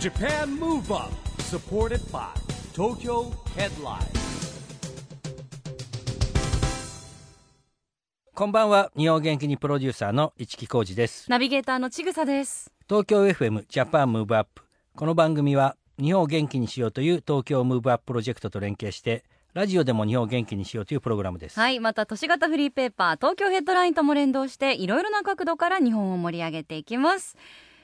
JAPAN MOVE UP SUPPORTED BY TOKYO HEADLINE こんばんは日本元気にプロデューサーの市木浩司ですナビゲーターのちぐさです。東京 FM ジャパンムーブアップこの番組は日本を元気にしようという東京ムーブアッププロジェクトと連携してラジオでも日本を元気にしようというプログラムです、はい、また都市型フリーペーパー、東京ヘッドラインとも連動して、いろいろな角度から日本を盛り上げていきます。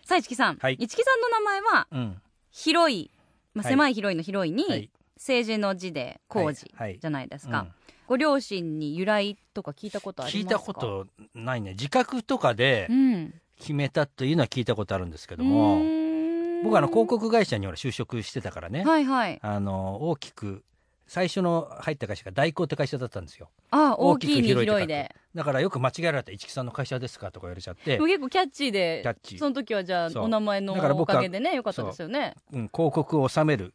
さあ、市木さん、はい市木さんの名前はうん、広い、まあ、はい狭い広いの広いに、はい政治の字で工事はいはいじゃないですか、うんご両親に由来とか聞いたことあります聞かいたことないね自覚とかでうん決めたというのは聞いたことあるんですけどうもーん僕はあの広告会社にほら就職してたからね、はいはいあの大きく最初の入った会社が大工って会社だったんですよあ大大きくきいに広いと書広いくでだからよく間違えられた「市木さんの会社ですか?」とか言われちゃってでも、結構キャッチーでキャッチーその時はじゃあそうお名前のだからお僕はかげでねよかったですよねうん、広告を収める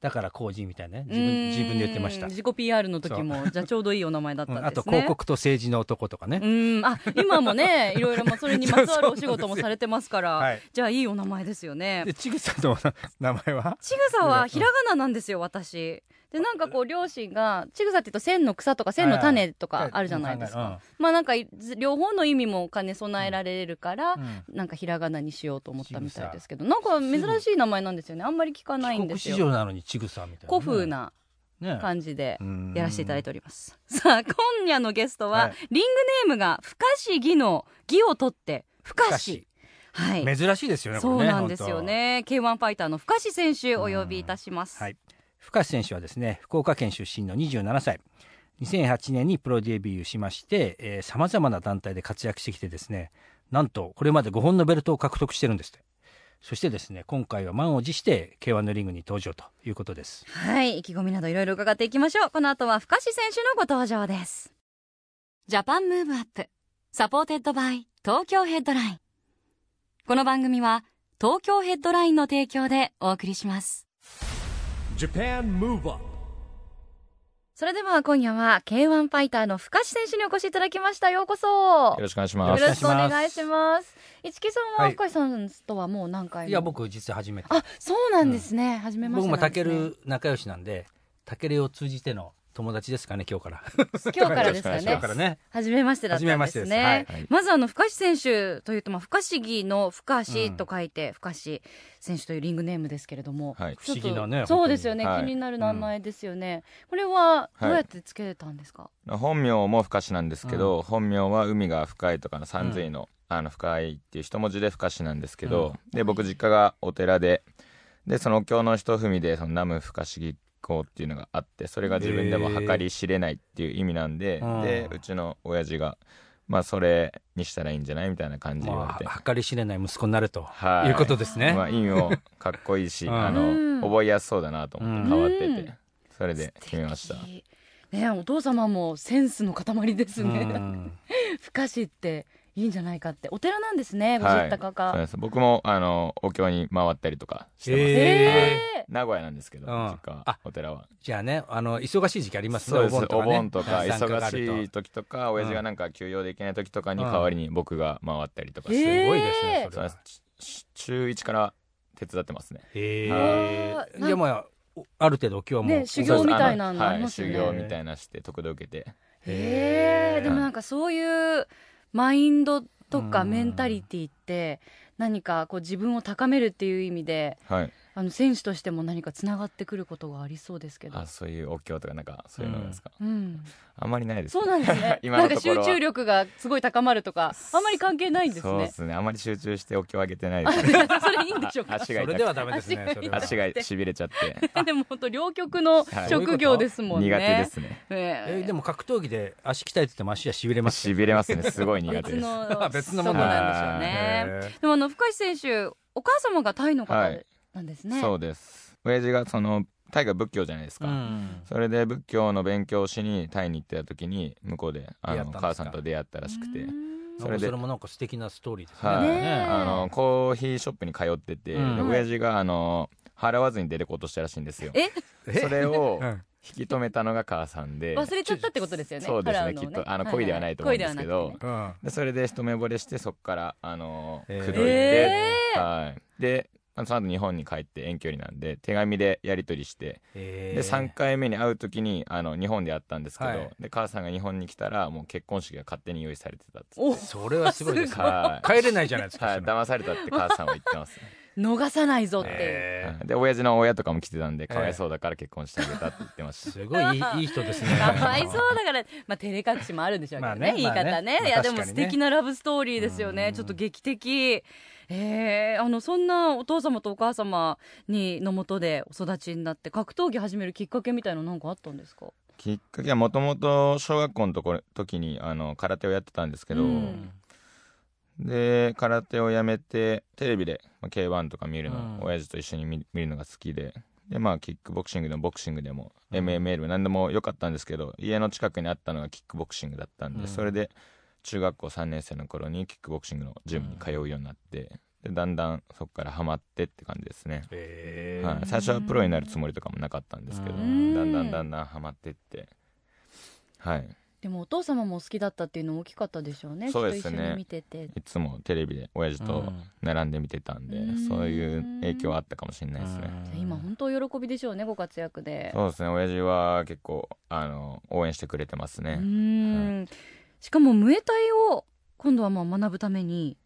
だから工事みたいなね自う分ーん自分で言ってました、自己 PR の時もじゃあちょうどいいお名前だったんうですんねあと広告と政治の男とかね、うんあ今もねいろいろまあそれにまつわるお仕事もされてま すからはいじゃあいいお名前ですよねでちぐさの名前はちぐさはひらがななんですよ私でなんかこう両親がちぐさっていうと千の草とか千の種とかあるじゃないですか、まあなんかい両方の意味も兼ね備えられるから、うんうんなんかひらがなにしようと思ったみたいですけどなんか珍しい名前なんですよねあんまり聞かないん帰で国す子よ女なのにちぐさみたいな、ね、古風なね感じでうんやらせていただいております、さあ今夜のゲストは、はいリングネームが「不可思議」の「義」を取って「不可思議」はい珍しいですよねこれそねうなんですよね K1 ファイターの深志選手うおん呼びいたします、はい、深瀬選手はですね福岡県出身の27歳2008年にプロデビューしましてさまざまな団体で活躍してきてですねなんとこれまで5本のベルトを獲得してるんですってそしてですね今回は満を持して k 1のリングに登場ということですはい意気込みなどいろいろ伺っていきましょうこの後は深志選手のご登場ですジャパンムーブアップサポーテッドバイ東京ヘッドラインこの番組は東京ヘッドラインの提供でお送りします JAPAN MOVE UP それでは今夜は K1 ファイターの深志選手にお越しいただきましたようこそよろしくお願いしよまよす。ろしくお願いします。一木さんははい深井さんとはもう何回も。いや僕実は初めてあ、そうなんですね。初めまして僕もなんですね。たける仲良しなんでたけるを通じての友達ですかね今日 から今日からですかよろしくお願いし今日からねます。ね初めましてだったんです初めましてですはいね。はいまずあの深志選手というとまあ不可思議の深志と書いて深志選手というリングネームですけれども、はいちょっと不思議なねそうですよね、本当気にになる名前ですよね。これはどうやってつけたんですか。本名も深しなんですけど、本名は海が深いとかの三髄の、あの深いっていう一文字で深しなんですけど、で僕実家がお寺で、でその経の一踏みでその南無深し義校っていうのがあって、それが自分でも計り知れないっていう意味なんで、へーでうんうちの親父がまあそれにしたらいいんじゃないみたいな感じで言わまれて、あ計り知れない息子になるとはいいうことですね、まあ意味もかっこいい し、うんあうんの覚えやすそうだなと思って変わってて、うんそれで決めました素。敵ね、お父様もセンスの塊ですうね。ん 不可視っていいんじゃないかってお寺なんですねごはい実家そうが、です僕もあのお経に回ったりとかしてます、へえー名古屋なんですけど、うん実家はあお寺はじゃあねあの忙しい時期ありますねそうですお盆,、ねとか参加があると忙しい時とか親父がなんか休養できない時とかに代わりに僕が回ったりとかして、えーすごいですね、それそうではす。ち中1から手伝ってますねへはいえ。じゃあまあ、おある程度今日はもう。ね修行みたいなのそうですあありますよねはい、修行みたいなして得度受けてへえーでもなんかそういうマインドとかうんメンタリティって何かこう自分を高めるっていう意味ではいあの選手としても何かつながってくることがありそうですけどあ、そういうお経とかなんかそういうのですか、うん、あんまりないですそうなんですね 今なんのかところ集は中力がすごい高まるとかあんまり関係ないんですそうでねすねあんまり集中してお経をあげてないです それいいんでしょうあか足そがれ痛くでてはダメですね。それは足がしびれちゃってでも本当両極の職業です もんね苦手ですねねえでも格闘技で足鍛えてても足はしびれますしびれますねすごい苦 手別ですの別のもそのうだなんでしょうねへでもあの深井選手お母様がタイの方はいなんですね、そうです親父がそのタイが仏教じゃないですーか、うんそれで仏教の勉強をしにタイに行ってた時に向こうであ出会ったんのですか母さんと出会ったらしくてうーんそれでそれもなんか素敵なストーリーですね。はいねえあのコーヒーショップに通ってて、うんで親父があの払わずに出てこうとしたらしいんですよえそれをうん引き止めたのが母さんで忘れちゃったってことですよねそうですね払のをきっとあの恋ではないと思うんですけど恋はなくてねうんでそれで一目惚れしてそこからあのえー口説いて、えーはいであその後日本に帰って遠距離なんで手紙でやり取りしてえで3回目に会う時にあの日本で会ったんですけど、はいで母さんが日本に来たらもう結婚式が勝手に用意されてたっつっておそれ はすごいですねは帰れないじゃないですか、はい、それ騙されたって母さんは言って ます、逃さないぞっていう、えはいで親父の親とかも来てたんでかわいそうだから結婚してあげたって言ってま ーしたすごいいいいい人ですねかわいそうだから、まあ、照れ隠しもあるんでしょうけどねまあね言い方ね,、まあねいやまあで確もか素にね敵なラブストーリーですよねちょっと劇的えー、あのそんなお父様とお母様にのもとでお育ちになって格闘技始めるきっかけみたいなのなんかあったんですかきっかけはもともと小学校のところ時にあの空手をやってたんですけど、うんで空手をやめてテレビで k 1とか見るの、うん親父と一緒に見見るのが好きででまあキックボクシングでもボクシングでも、MMA でも何でも良かったんですけど家の近くにあったのがキックボクシングだったんで、うんそれで中学校3年生の頃にキックボクシングのジムに通うようになってでだんだんそこからハマってって感じですね、えーはい、最初はプロになるつもりとかもなかったんですけど、うんだんだんだんだんハマってってはいでもお父様もお好きだったっていうのも大きかったでしょうねそうですねきっと一緒に見てていつもテレビで親父うとん並んで見てたんで、うんそういう影響はあったかもしれないですね、今本当お喜びでしょうねご活躍でそうですね親父は結構あの応援してくれてますうね、んしかもムエタイを今度はまあ学ぶために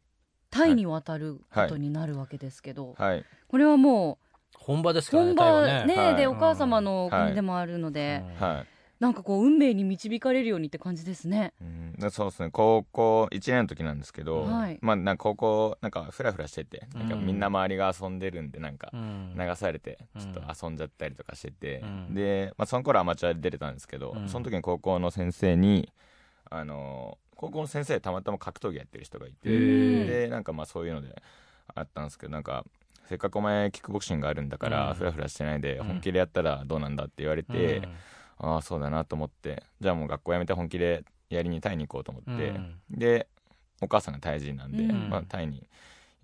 タイに渡ることになるわけですけど、はいこれはも本場ですうからね本場タイはねねねはいでお母様のおはい国でもあるので、うんはいなんかこう運命に導かれるようにって感じですね。うん、でそうですね高校1年の時なんですけど、はいまあなんか高校なんかフラフラしててなんかうんみんな周りが遊んでるんでなんかうん流されてうんちょっと遊んじゃったりとかしてて、うんで、まあ、その頃アマチュアで出れたんですけど、うんその時に高校の先生にあの高校の先生たまたま格闘技やってる人がいて、へーでなんかまあそういうのであったんですけどなんかせっかくお前キックボクシングがあるんだから、うんフラフラしてないでうん本気でやったらどうなんだって言われて、うんああそうだなと思ってじゃあもう学校辞めて本気でやりにタイに行こうと思って、うんでお母さんがタイ人なんで、うんまあ、タイに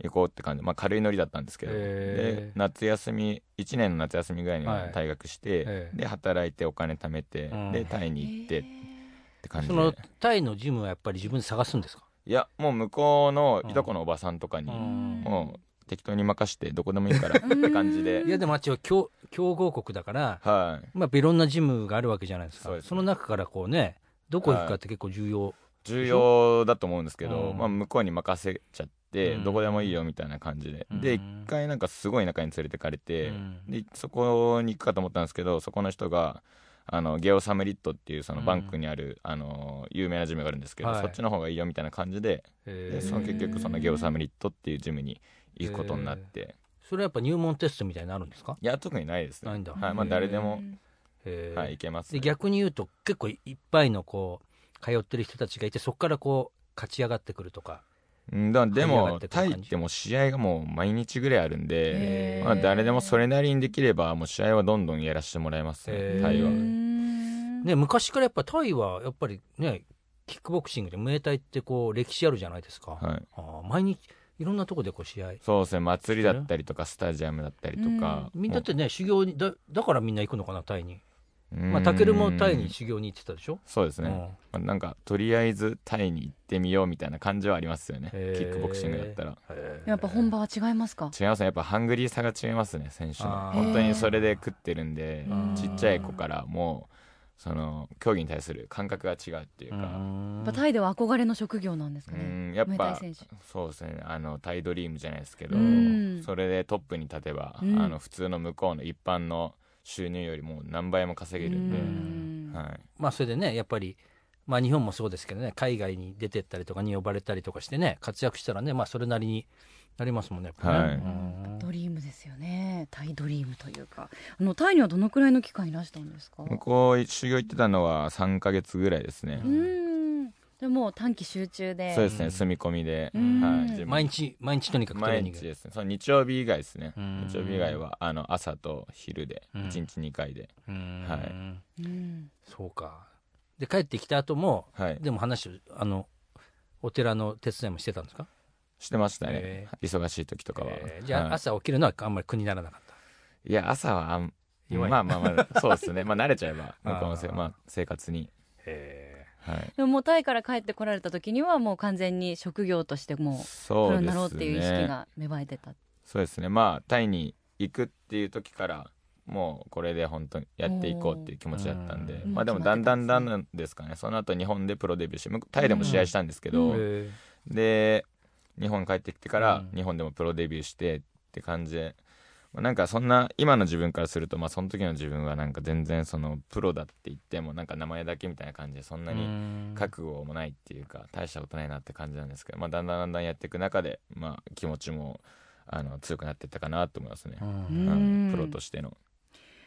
行こうって感じ、まあ、軽いノリだったんですけど、へーで夏休み1年の夏休みぐらいにははい退学して、ええで働いてお金貯めて、うんでタイに行ってっへて感じで、そのタイのジムはやっぱり自分で探すんですかいやもう向こうのいとこのおばさんとかに、うんもう適当に任してどこでもいいからって感じでいやでもあっちは強強豪国だから、はいまあ、いろんなジムがあるわけじゃないですかそうそですねの中からこうねどこ行くかって結構重要、重要だと思うんですけど、うんまあ、向こうに任せちゃって、うんどこでもいいよみたいな感じで、うんで一回なんかすごい中に連れてかれて、うんでそこに行くかと思ったんですけどそこの人があのゲオサムリットっていうそのうんバンクにある、あの有名なジムがあるんですけど、はいそっちの方がいいよみたいな感じでえでーその結局そのゲオサムリットっていうジムに行くことになって、それはやっぱ入門テストみたいなのあるんですか、いや特にないですねないんだはいまあ、誰でも、えーはい、行けます、でね、逆に言うと結構いっぱいのこう通ってる人たちがいてそこからこう勝ち上がってくるとかうんだから這でい上がもってくるタ感イじってもう試合がもう毎日ぐらいあるんで、へーまあ、誰でもそれなりにできればもう試合はどんどんやらせてもらいますへねータイはうーんね、昔からやっぱタイはやっぱりねキックボクシングでムエタイってこう歴史あるじゃないですか、はいあー毎日いろんなとこでこう試合そうですね祭りだったりとかスタジアムだったりとか、みんなってね修行にだだからみんな行くのかなタイに、うんまあ、タケルもタイに修行に行ってたでしょ、そうですうね、んまあ、なんかとりあえずタイに行ってみようみたいな感じはありますよねキへーックボクシングだったらへーやっぱ本場は違いますか違いますねやっぱハングリーさが違いますね選手あのー本当にそれで食ってるんでうんちっちゃい子からもうその競技に対する感覚が違うっていううか、んやっぱタイでは憧れの職業なんですかうねんやっムエタイぱ選手そうですねあのタイドリームじゃないですけどうんそれでトップに立てば、うんあの普通の向こうの一般の収入よりも何倍も稼げるうんんで、はい、まあそれでねやっぱりまあ日本もそうですけどね海外に出てったりとかに呼ばれたりとかしてね活躍したらねまあそれなりになりますもんねやっぱね、はいうんドリームですよねタイドリームというかあのタイにはどのくらいの期間いらしたんですか向こう修行行ってたのは3か月ぐらいですねう、ーんでも短期集中でそうですね住み込みで、うんはいうん自分毎日毎日とにかくトレー毎ニング日ですねその日曜日以外ですねうん日曜日以外はあの朝と昼でうん1日2回で、うんはうんそうかで帰ってきた後もはいでも話をあのお寺の手伝いもしてたんですか、してましたね、へ忙しい時とかは、えーじゃあ、はい朝起きるのはあんまり苦にならなかったいや朝はあん弱いまあまあまあそうですねまあ慣れちゃ えば向こうのせあーまあ、生活に、へはい、でももうタイから帰ってこられた時にはもう完全に職業としてもうプそロうにでなろうっすていう意識ねが芽生えてたそうですねまあタイに行くっていう時からもうこれで本当にやっていこうっていう気持ちだったんでうんまあでもだんだんだんだんですかねその後日本でプロデビューして向こうタイでも試合したんですけど、えで日本帰ってきてからうん日本でもプロデビューしてって感じで、まあなんかそんな今の自分からすると、まあ、その時の自分はなんか全然そのプロだって言ってもなんか名前だけみたいな感じでそんなにに覚悟もないっていうか大したことないなって感じなんですけど、まあ、だんだんだんだんやっていく中で、まあ、気持ちもあの強くなっていったかなと思いますね、うんあのプロとしての。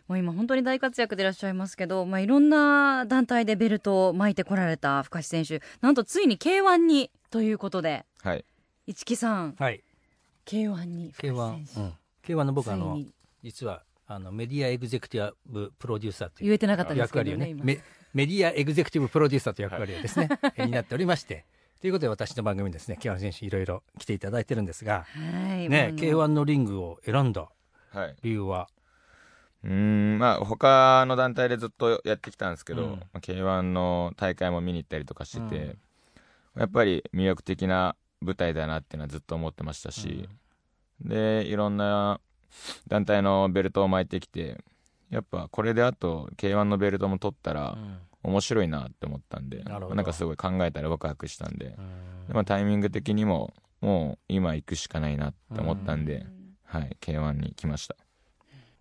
もう今本当に大活躍でいらっしゃいますけど、まあ、いろんな団体でベルトを巻いてこられた深志選手なんとついに k 1にということではい市木さんはい k 1に深 K1 志選手、うん、K1 の僕あつのいに実はあのメディアエグゼクティブプロデューサーという言えてなかったんです役け割どをねね今メメディアエグゼクティブプロデューサーという役割をですね、 えになっておりましてということで私の番組にですね K1 選手いろいろ来ていただいてるんですが、はいねあの K1 のリングを選んだはい、理由は、うーんまあ他の団体でずっとやってきたんですけうど、んまあ K1 の大会も見に行ったりとかしてて、やっぱり魅力的な舞台だなっていうのはずっと思ってましたし、でいろんな団体のベルトを巻いてきてやっぱこれであと K1 のベルトも取ったうらん面白いなって思ったんで、なるほどなんかすごい考えたらワクワクしたんでうんで、まあ、タイミング的にももう今行くしかないなって思ったんで、うんはい、K1 に来ました。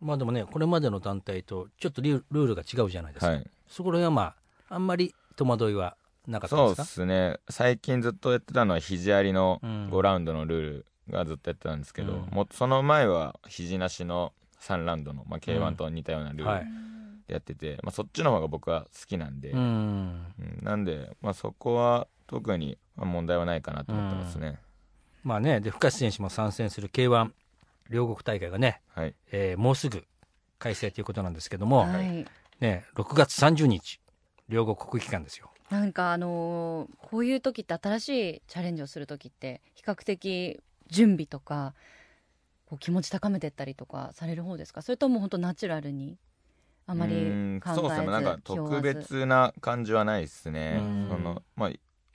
まあでもねこれまでの団体とちょっとルールルールが違うじゃないですか、はいそこら辺はまああんまり戸惑いはなかったんそうですでかすね最近ずっとやってたのは肘ありのうん5ラウンドのルールがずっとやってたんですけど、うんもうその前は肘なしの3ラウンドの、まあ、K1 と似たようなルはーいルでやってて、まあ、そっちの方が僕は好きなんで、うんうんなんで、まあ、そこは特にまあ問題はないかなと思ってますね、まあね、で深志選手も参戦する k 1両国大会がね、はいえーもうすぐ開催ということなんですけども、はいね、6月30日両国国技館ですよ。なんかあのーこういう時って新しいチャレンジをする時って比較的準備とかこう気持ち高めてったりとかされる方ですかそれとも本当ナチュラルにあまりうん考えずそうですねなんか気負わ特ず 別な感じはないですねうんその、まあ、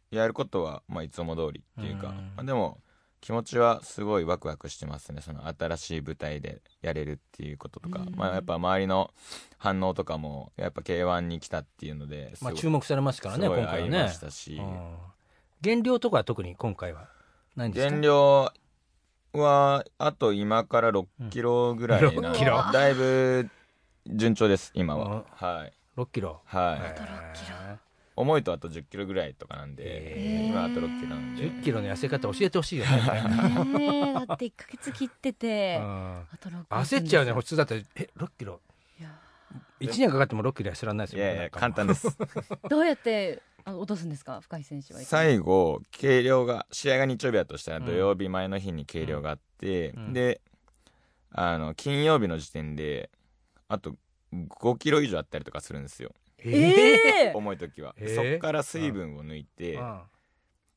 やることは、まあ、いつも通りっていうか、うんまあ、でも気持ちはすごいワクワクしてますねその新しい舞台でやれるっていうこととか、うんまあ、やっぱ周りの反応とかもやっぱ k 1に来たっていうのですまごあ、い注目されますからねすごい今回は合いまねし。たし、うん減量とかは特に今回はないんですか減量はあと今から6キロぐらいうんな、 6キロだいぶ順調です今は、はい6キロ。はい、え重いとあと1 0キロぐらいとかなんで、へ今あと6キロなーんで10キロの痩せ方教えてほしいよね。ねえだって1ヶ月切ってうてんあと6焦っちゃうね普通だってえ6キロいや1年かかっても6キロ痩せられないですいよ。やいや簡単です どうやってあ落とすんですか深井選手はいつも最後計量が試合が日曜日だとしたら土曜日前の日に計量があって、うんであの金曜日の時点であと5キロ以上あったりとかするんですよえええ重い時は、えーそっから水分を抜いて、えっうん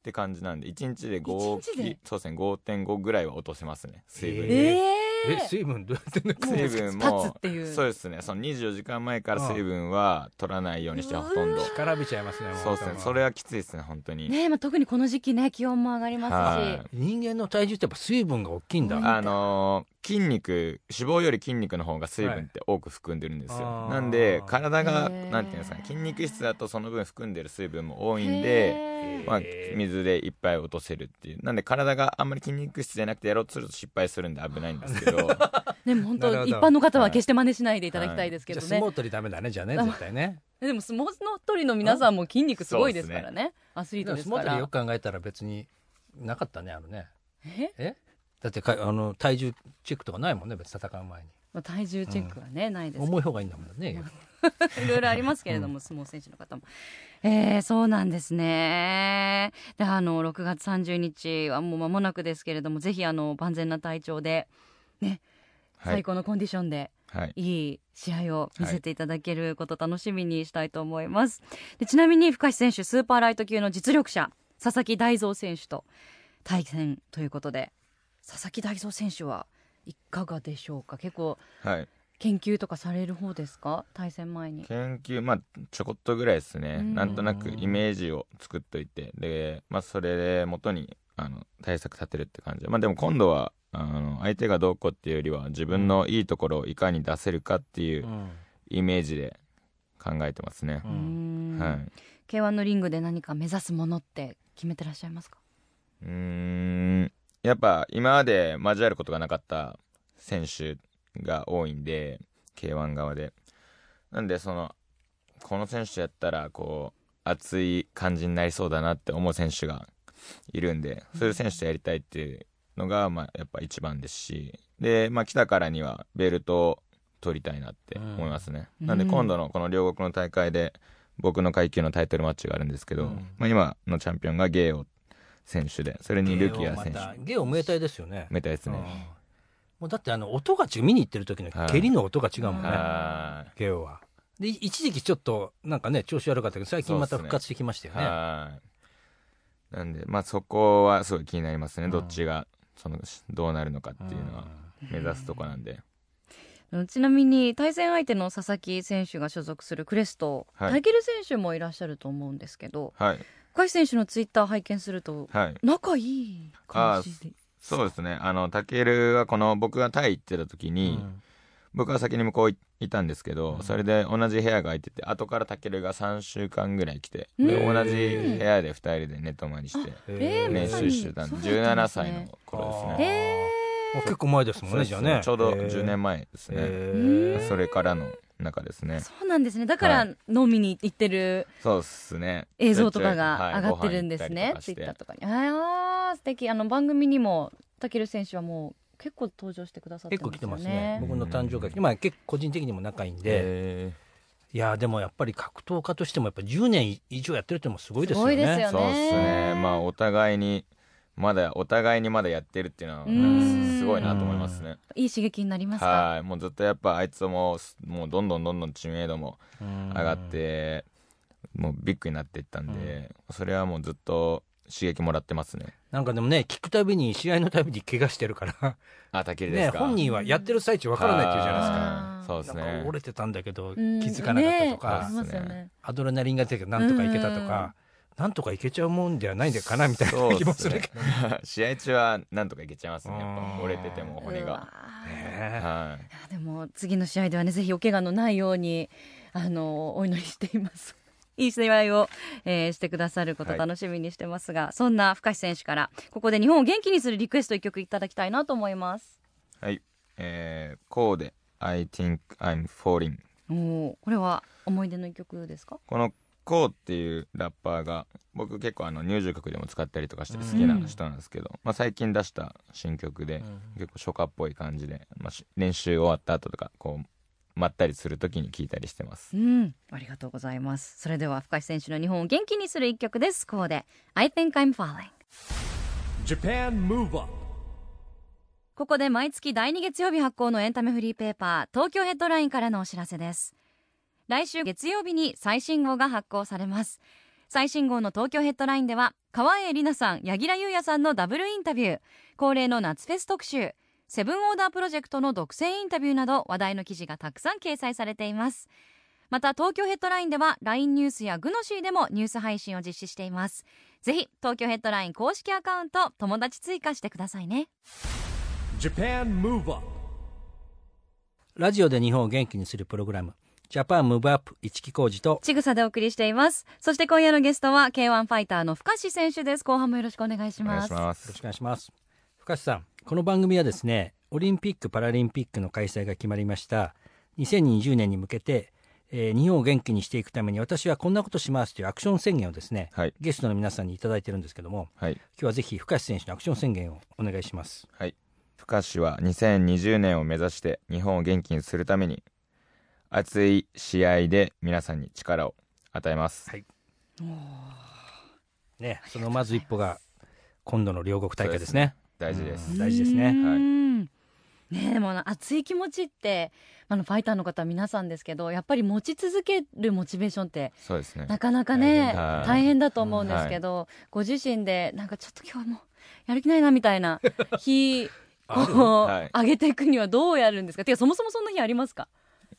て感じなんで1日で5一日でそうですね5.5ぐらいは落とせますね水分、えーえええ水分どうやって 抜くもう水分立つもっていうそうですねその24時間前からうん水分は取らないようにしてほとんどからびちゃいますね。もそうですねそれはきついですね本当に、ねえまあ、特にこの時期ね気温も上がりますしはい人間の体重ってやっぱ水分が大きいんだ。あのー筋肉脂肪より筋肉の方が水分って多く含んでるんですよ、はいなんであー体がへーなんていうんですかね筋肉質だとその分含んでる水分も多いんへで、えまあへー、水でいっぱい落とせるっていうなんで体があんまり筋肉質じゃなくてやろうとすると失敗するんで危ないんで すけどでも本なる当ほど一般の方は決して真似しないでいただきたいですけじゃどあね、相撲取りダメだねじ ゃあね絶対ね。でも相撲取りの皆さんも筋肉すごいですからそうねアスリーでトもです相撲か取りよらく考えたら別になかったねあのね。え、え？だってかあの体重チェックとかないもんね別に戦う前に。まあ、体重チェックはね、ないですけど重い方がいいんだもんね。いろいろありますけれども、相撲選手の方も。えー、そうなんですね。で、あの、6月30日はもう間もなくですけれども、ぜひ、あの、万全な体調で、は最い、高のコンディションで、はい、いい試合を見せていただけること楽しみにしたいと思います。でちなみに、深志選手、スーパーライト級の実力者、佐々木大蔵選手と対戦ということで、佐々木大蔵選手はいかがでしょうか結構、はい、研究とかされる方ですか対戦前に。研究まあちょこっとぐらいですねうんなんとなくイメージを作っといてで、まあ、それで元にあの対策立てるって感じでまあでも今度はあの相手がどうこうっていうよりは自分のいいところをいかに出せるかっていううんイメージで考えてますねううー、んはい K1 のリングで何か目指すものって決めてらっしゃいますかうーんやっぱ今まで交わることがなかった選手が多いんで k 1側でなんでそのこの選手とやったらこう熱い感じになりそうだなって思う選手がいるんでそういう選手とやりたいっていうのがまあやっぱ一番ですしで、まあ、来たからにはベルトを取りたいなって思いますね、うんなんで今度のこの両国の大会で僕の階級のタイトルマッチがあるんですけど、うんまあ、今のチャンピオンがゲイオ選手でそれにルキア選手ゲオムエタイですよねめたやつうんね、もうだってあの音が違う見に行ってる時のはい蹴りの音が違うもんね、はゲオはでい一時期ちょっとなんかね調子悪かったけど最近またそうっすね復活してきましたいよねはいなんでまあそこはすごい気になりますね、どっちがそのどうなるのかっていうのは目指すとこなんで、うんちなみに対戦相手の佐々木選手が所属するクレスト、はいタイケル選手もいらっしゃると思うんですけどはい深井選手のツイッター拝見するとはい仲いい感じでそうですねあのタケルはこの僕がタイ行ってた時うに、ん僕は先に向こういたんですけど、それで同じ部屋が空いてて後からタケルが3週間ぐらい来てでう同んじ部屋で2人で寝泊まりしてえー練習してたんまでさにそうだったん17ですね歳の頃ですねあーえもう結構前ですもんそうねでじすゃあねちょうどえー10年前ですね、えーそれからの中ですねー、そうなんですねだからは飲みに行ってるそうですね映像とかが上がってるんですね、ツイッターとかにああ素敵あの番組にもたける選手はもう結構登場してくださって結ま構来すてよますねね僕の誕生会、まあ、結構個人的にも仲いいんで、でいやーでもやっぱり格闘家としてもやっぱ10年以上やってるってのもすごいですすよごねいですよねそうですねまあお互いにまだお互いにまだやってるっていうのはうんすごいなと思いますねいい刺激になりますかはいもうずっとやっぱあいつももうどんどんどんどん知名度もうん上がってもうビッグになっていったんでそれはもうずっと刺激もらってますねなんかでもね聞くたびに試合のたびに怪我してるからあたけるでねすか本人はやってる最中わからないっていうじゃないですかはいそうですなんねか折れてたんだけど気うんづかなかったとねか、ありますよねアドレナリンが出てるけどなんとかいけたとか、なんとかいけちゃうもんではないんでかなみたいそうなっ気もするけどね 試合中はなんとかいけちゃいますねやっうんぱ折れてても骨うがわねーはいいやでも次の試合ではねぜひお怪我のないようにあのお祈りしています いい試合を、えーしてくださることはい楽しみにしてますが、そんな深志選手からここで日本を元気にするリクエスト一曲いただきたいなと思いますはいえー、こうで「I think I'm falling おーこれは思い出の一曲ですか」この「こう」っていうラッパーが僕結構あのミュージックでも使ったりとかして好きな人なんですけど、まあ、最近出した新曲で、結構初夏っぽい感じで、まあ、し練習終わった後とかこうまったりする時に聴いたりしてますうん、ありがとうございます。それでは深井選手の日本を元気にする一曲です。こうで I think I'm falling。 Japan Move Up ここで毎月第2月曜日発行のエンタメフリーペーパー東京ヘッドラインからのお知らせです来週月曜日に最新号が発行されます最新号の東京ヘッドラインでは川栄李奈さん柳楽優弥さんのダブルインタビュー恒例の夏フェス特集セブンオーダープロジェクトの独占インタビューなど話題の記事がたくさん掲載されていますまた東京ヘッドラインでは LINE ニュースやグノシーでもニュース配信を実施していますぜひ東京ヘッドライン公式アカウント友達追加してくださいね Japan Move Up ラジオで日本を元気にするプログラムジャパンムーブアップ一木工事とちぐさでお送りしています。そして今夜のゲストは K1 ファイターの深志選手です。後半もよろしくお願いしお願ます。いしまよろしすくお願いします深瀬さんこの番組はですねオリンピック・パラリンピックの開催が決まりました2020年に向けて、えー日本を元気にしていくために私はこんなことしますというアクション宣言をですね、はいゲストの皆さんにいただいてるんですけどもはい今日はぜひ深瀬選手のアクション宣言をお願いしますはい深志は2020年を目指して日本を元気にするために熱い試合で皆さんに力を与えます、はいねそのまず一歩が今度の両国大会ですね大事です、うん大事ですねうーはいんねえ、でもあの熱い気持ちって、あのファイターの方は皆さんですけど、やっぱり持ち続けるモチベーションって。そうですねなかなかね、はい大変だと思うんですけど、ご自身で、なんかちょっと今日もうやる気ないなみたい な日あるをはい上げていくにはどうやるんですか。てか、そもそもそんな日ありますか。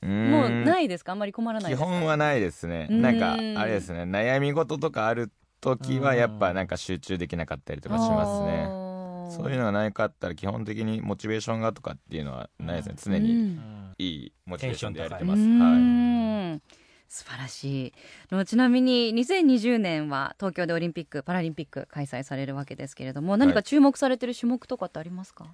うーんもうないですか。あんまり困らないで基すか。本はないですねうんなんかあれですね悩み事とかある時はやっぱなんか集中できなかったりとかしますねおーそういうのがないかったら基本的にモチベーションがとかっていうのはないですね常にいいモチベーションでやれてうます、はい、ん素晴らしいあのちなみに2020年は東京でオリンピック・パラリンピック開催されるわけですけれども何か注目されてる種目とかってありますか、や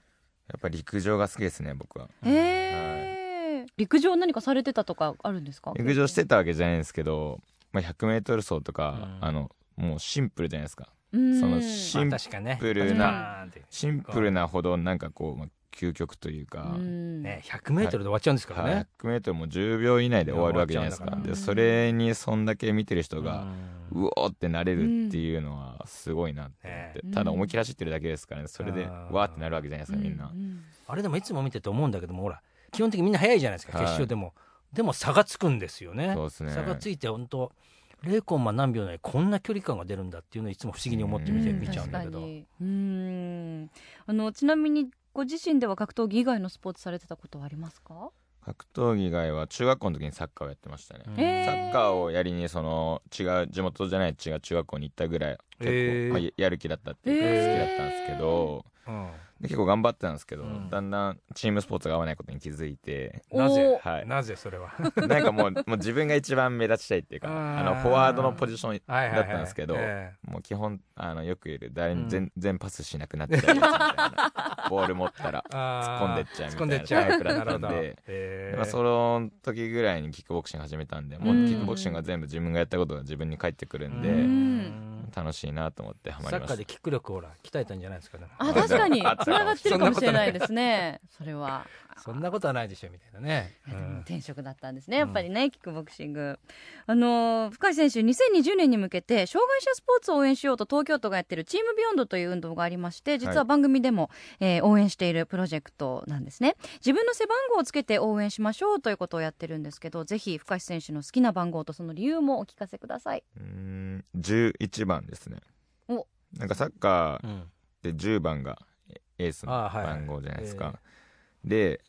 っぱり陸上が好きですね僕はえー陸上何かされてたとかあるんですか陸上してたわけじゃないんですけど、まあ、100m 走とか、うんあのもうシンプルじゃないですかそそのまシあン確かねプルなうんシンプルなほどなんかこう、まあ、究極というか、ね、100m で終わっちゃうんですからね、はい、100m も10秒以内で終わるわけじゃないですいやか終わっちゃうんでだかそられにそんだけ見てる人が、うんうおーってなれるっていうのはすごいなって思って、うんただ思いっきり走ってるだけですからねそれでうんわーってなるわけじゃないですかみんな、あれでもいつも見てて思うんだけどもほら基本的にみんな速いじゃないですかはい決勝でも、でも差がつくんですよねそうですね差がついて本当0コンマ何秒内にこんな距離感が出るんだっていうのをいつも不思議に思って見てうん見ちゃうんだけど、確かにうんあのちなみにご自身では格闘技以外のスポーツされてたことはありますか、格闘技以外は中学校の時にサッカーをやってましたね、うんえサッカーをやりにその違う地元じゃない違う中学校に行ったぐらい結構、へーまあややる気だったっていうかへー好きだったんですけど、うんで結構頑張ってたんですけど、うんだんだんチームスポーツが合わないことに気づいて、なぜ、はいなぜそれはなんかもう もう自分が一番目立ちたいっていうかあーあのフォワードのポジションはいはい、だったんですけど、えもう基本あのよくいる誰うんに全,、全パスしなくなっちゃうやつみたい なボール持ったらえあ突っー込んでっちゃうみたい突なっ込んでっちゃうタイプだったんでなるほど ええまあ、その時ぐらいにキックボクシング始めたんでもうんうキックボクシングは全部自分がやったことが自分に返ってくるんで、うん楽しいなと思ってハマサりッまカーしでたキック力をほら鍛えたんじゃないですかねあ確かにつなあったかもがってるかもしれないですねそれはそんなことはないでしょみたいなね、いやでもうん転職だったんですねやっぱりね、キックボクシングあのー深井選手2020年に向けて障害者スポーツを応援しようと東京都がやってるチームビヨンドという運動がありまして実は番組でも、えー応援しているプロジェクトなんですね自分の背番号をつけて応援しましょうということをやってるんですけどぜひ深井選手の好きな番号とその理由もお聞かせください、うーん11番ですねおなんかサッカーっうんて10番がエースのあーはい番号じゃないですか、えで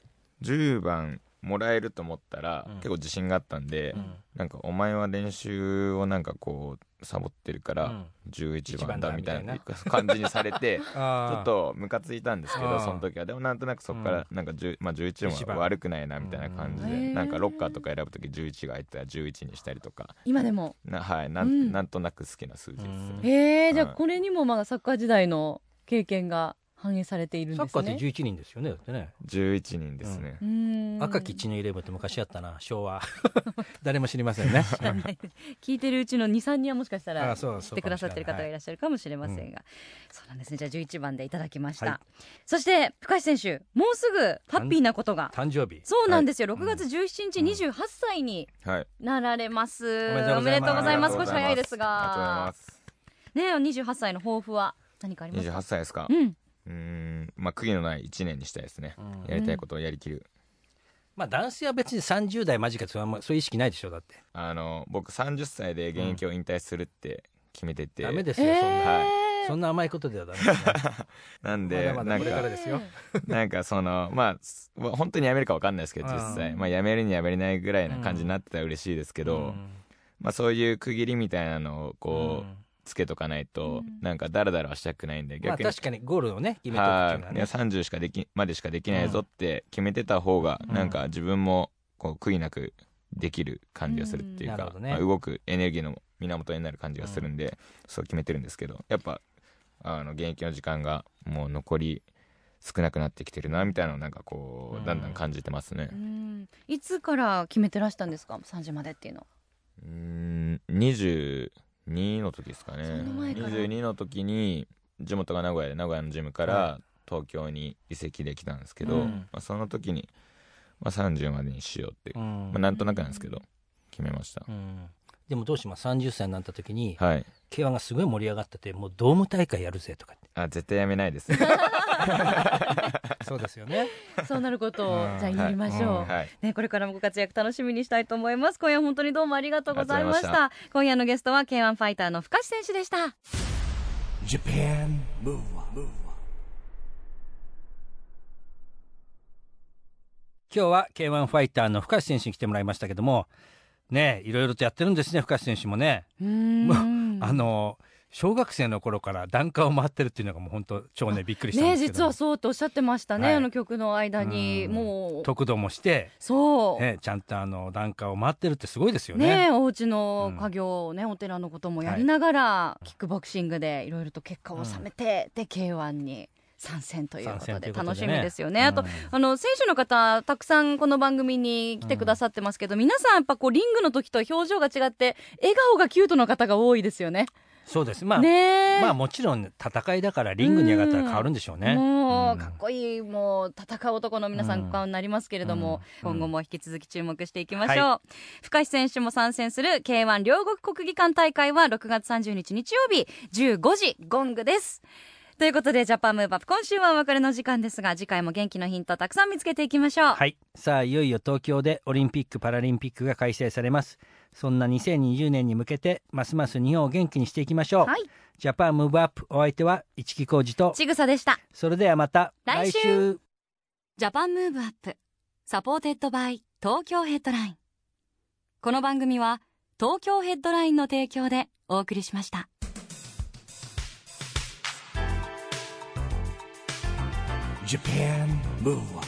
10番もらえると思ったら、うん結構自信があったんで、うんなんかお前は練習をなんかこうサボってるかうらん11番一番だだみたいなみ感じにされ てちちょょっとムカついたんですけどあーその時はでもなんとなくそこからなんか10、まあ、一11番も悪くないなみたいな感じで、うんなんかロッカーとか選ぶ時11が入ったら11にしたりとか今でもな,、はい、なうんんなんとなく好きな数字ですうんね。へえじゃあはいこれにもまだサッカー時代の経験が反映されているんですサねッカーって11人ですよねだってね11人ですね、うーん赤き血の入れブって昔あったな昭和 誰も知りませんね聞いてるうちの23人はもしかしたらあそう知ってくださってる方がいらっしらっしゃるかもしれませんが、うんそうなんですねじゃあ11番でいただきました、はいそして深橋選手もうすぐハッピーなことがゃ誕生日そうなんですよ、6月うん17日28歳にはいなられます、おめでとうございますおめでとうございます少し早いですありがとうございまがすね28歳の抱負は何かありますか28歳ですかうんうーんまあ悔いのない1年にしたいですね、うんやりたいことをやりきるまあ男性は別に30代間近ってそれはあんまそういう意識ないでしょだってあの僕30歳で現役を引退するって決めてて、ダメですえよそんーな、はそんな甘いことではダメですねなんまでだまなだんこれからかですよ なんかそのまあすまあ本当に辞めるか分かんないですけど実際、うんまあ、辞めるに辞めれないぐらいな感じになってたら嬉しいですけど、まあ、そういう区切りみたいなのをこう、つけとかないと、なんかダラダラはしたくないんでまあ逆に、確かにゴールをね決めとくっていうのははいいやね30しかできまでしかできないぞって決めてた方が、うんなんか自分もこう悔いなくできる感じがするっていううんなるかほ、どねまあ動くエネルギーの源になる感じがするんで、そう決めてるんですけどやっぱあの現役の時間がもう残り少なくなってきてるなみたいなのをなんかこう、うんだんだん感じてますねう。んいつから決めてらしたんですか30までっていうのうーん22の時ですかねそんな前から22の時に地元が名古屋で名古屋のジムかはら東京に移籍できたんですけど、うんまあ、その時に、まあ、30までにしようっうて、んまあ、なんとなくなんですけど決めました、うんでもどうします30歳になった時に、はい K1 がすごい盛り上がっててもうドーム大会やるぜとかっあ絶対やめないですねてそうですよねそうなることをうんじゃあ祈りましょう、はいね、これからもご活躍楽しみにしたいと思います。今夜は本当にどうもありがとうございましありがとうた。今夜のゲストは K1 ファイターの深志選手でした。 Japan Move Up, 今日は K1 ファイターの深橋選手に来てもらいましたけどもねいろいろとやってるんですね深橋選手もね、うんあの小学生の頃から檀家を回ってるっていうのがもう本当超ねびっくりしたんねですけ実ども、はそうとおっしゃってましたね、はいあの曲の間にうんもう得度もして、そうねね、ちゃんとあの檀家を回ってるってすごいですよえね。お家の家業をね、お寺のこともやりながら、キックボクシングでいろいろと結果を収めて、で K1 に参戦というこ参と戦といでうことでね楽しみですよね。あとうんあの選手の方たくさんこの番組に来てくださってますけど、皆さんやっぱこうリングの時と表情が違って笑顔がキュートの方が多いですよね。そうです。まあ、ねえ。まあもちろん戦いだからリングに上がったら変わるんでしょうね。もううんかっこいい、もう戦う男の皆さん、うんご顔になりますけれども、うん今後も引き続き注目していきましょう。は深石選手も参戦する K1 両国国技館大会は6月30日日曜日15時ゴングです。ということで、ジャパンムーブアップ、今週はお別れの時間ですが、次回も元気のヒントたくさん見つけていきましょう。はいさあいよいよ東京でオリンピック・パラリンピックが開催されますそんな2020年に向けてますます日本を元気にしていきましょう、はいジャパンムーブアップお相手は市木浩二とちぐさでした。それではまた来週ジャパンムーブアップサポーテッドバイ東京ヘッドラインこの番組は東京ヘッドラインの提供でお送りしました Japan Move Up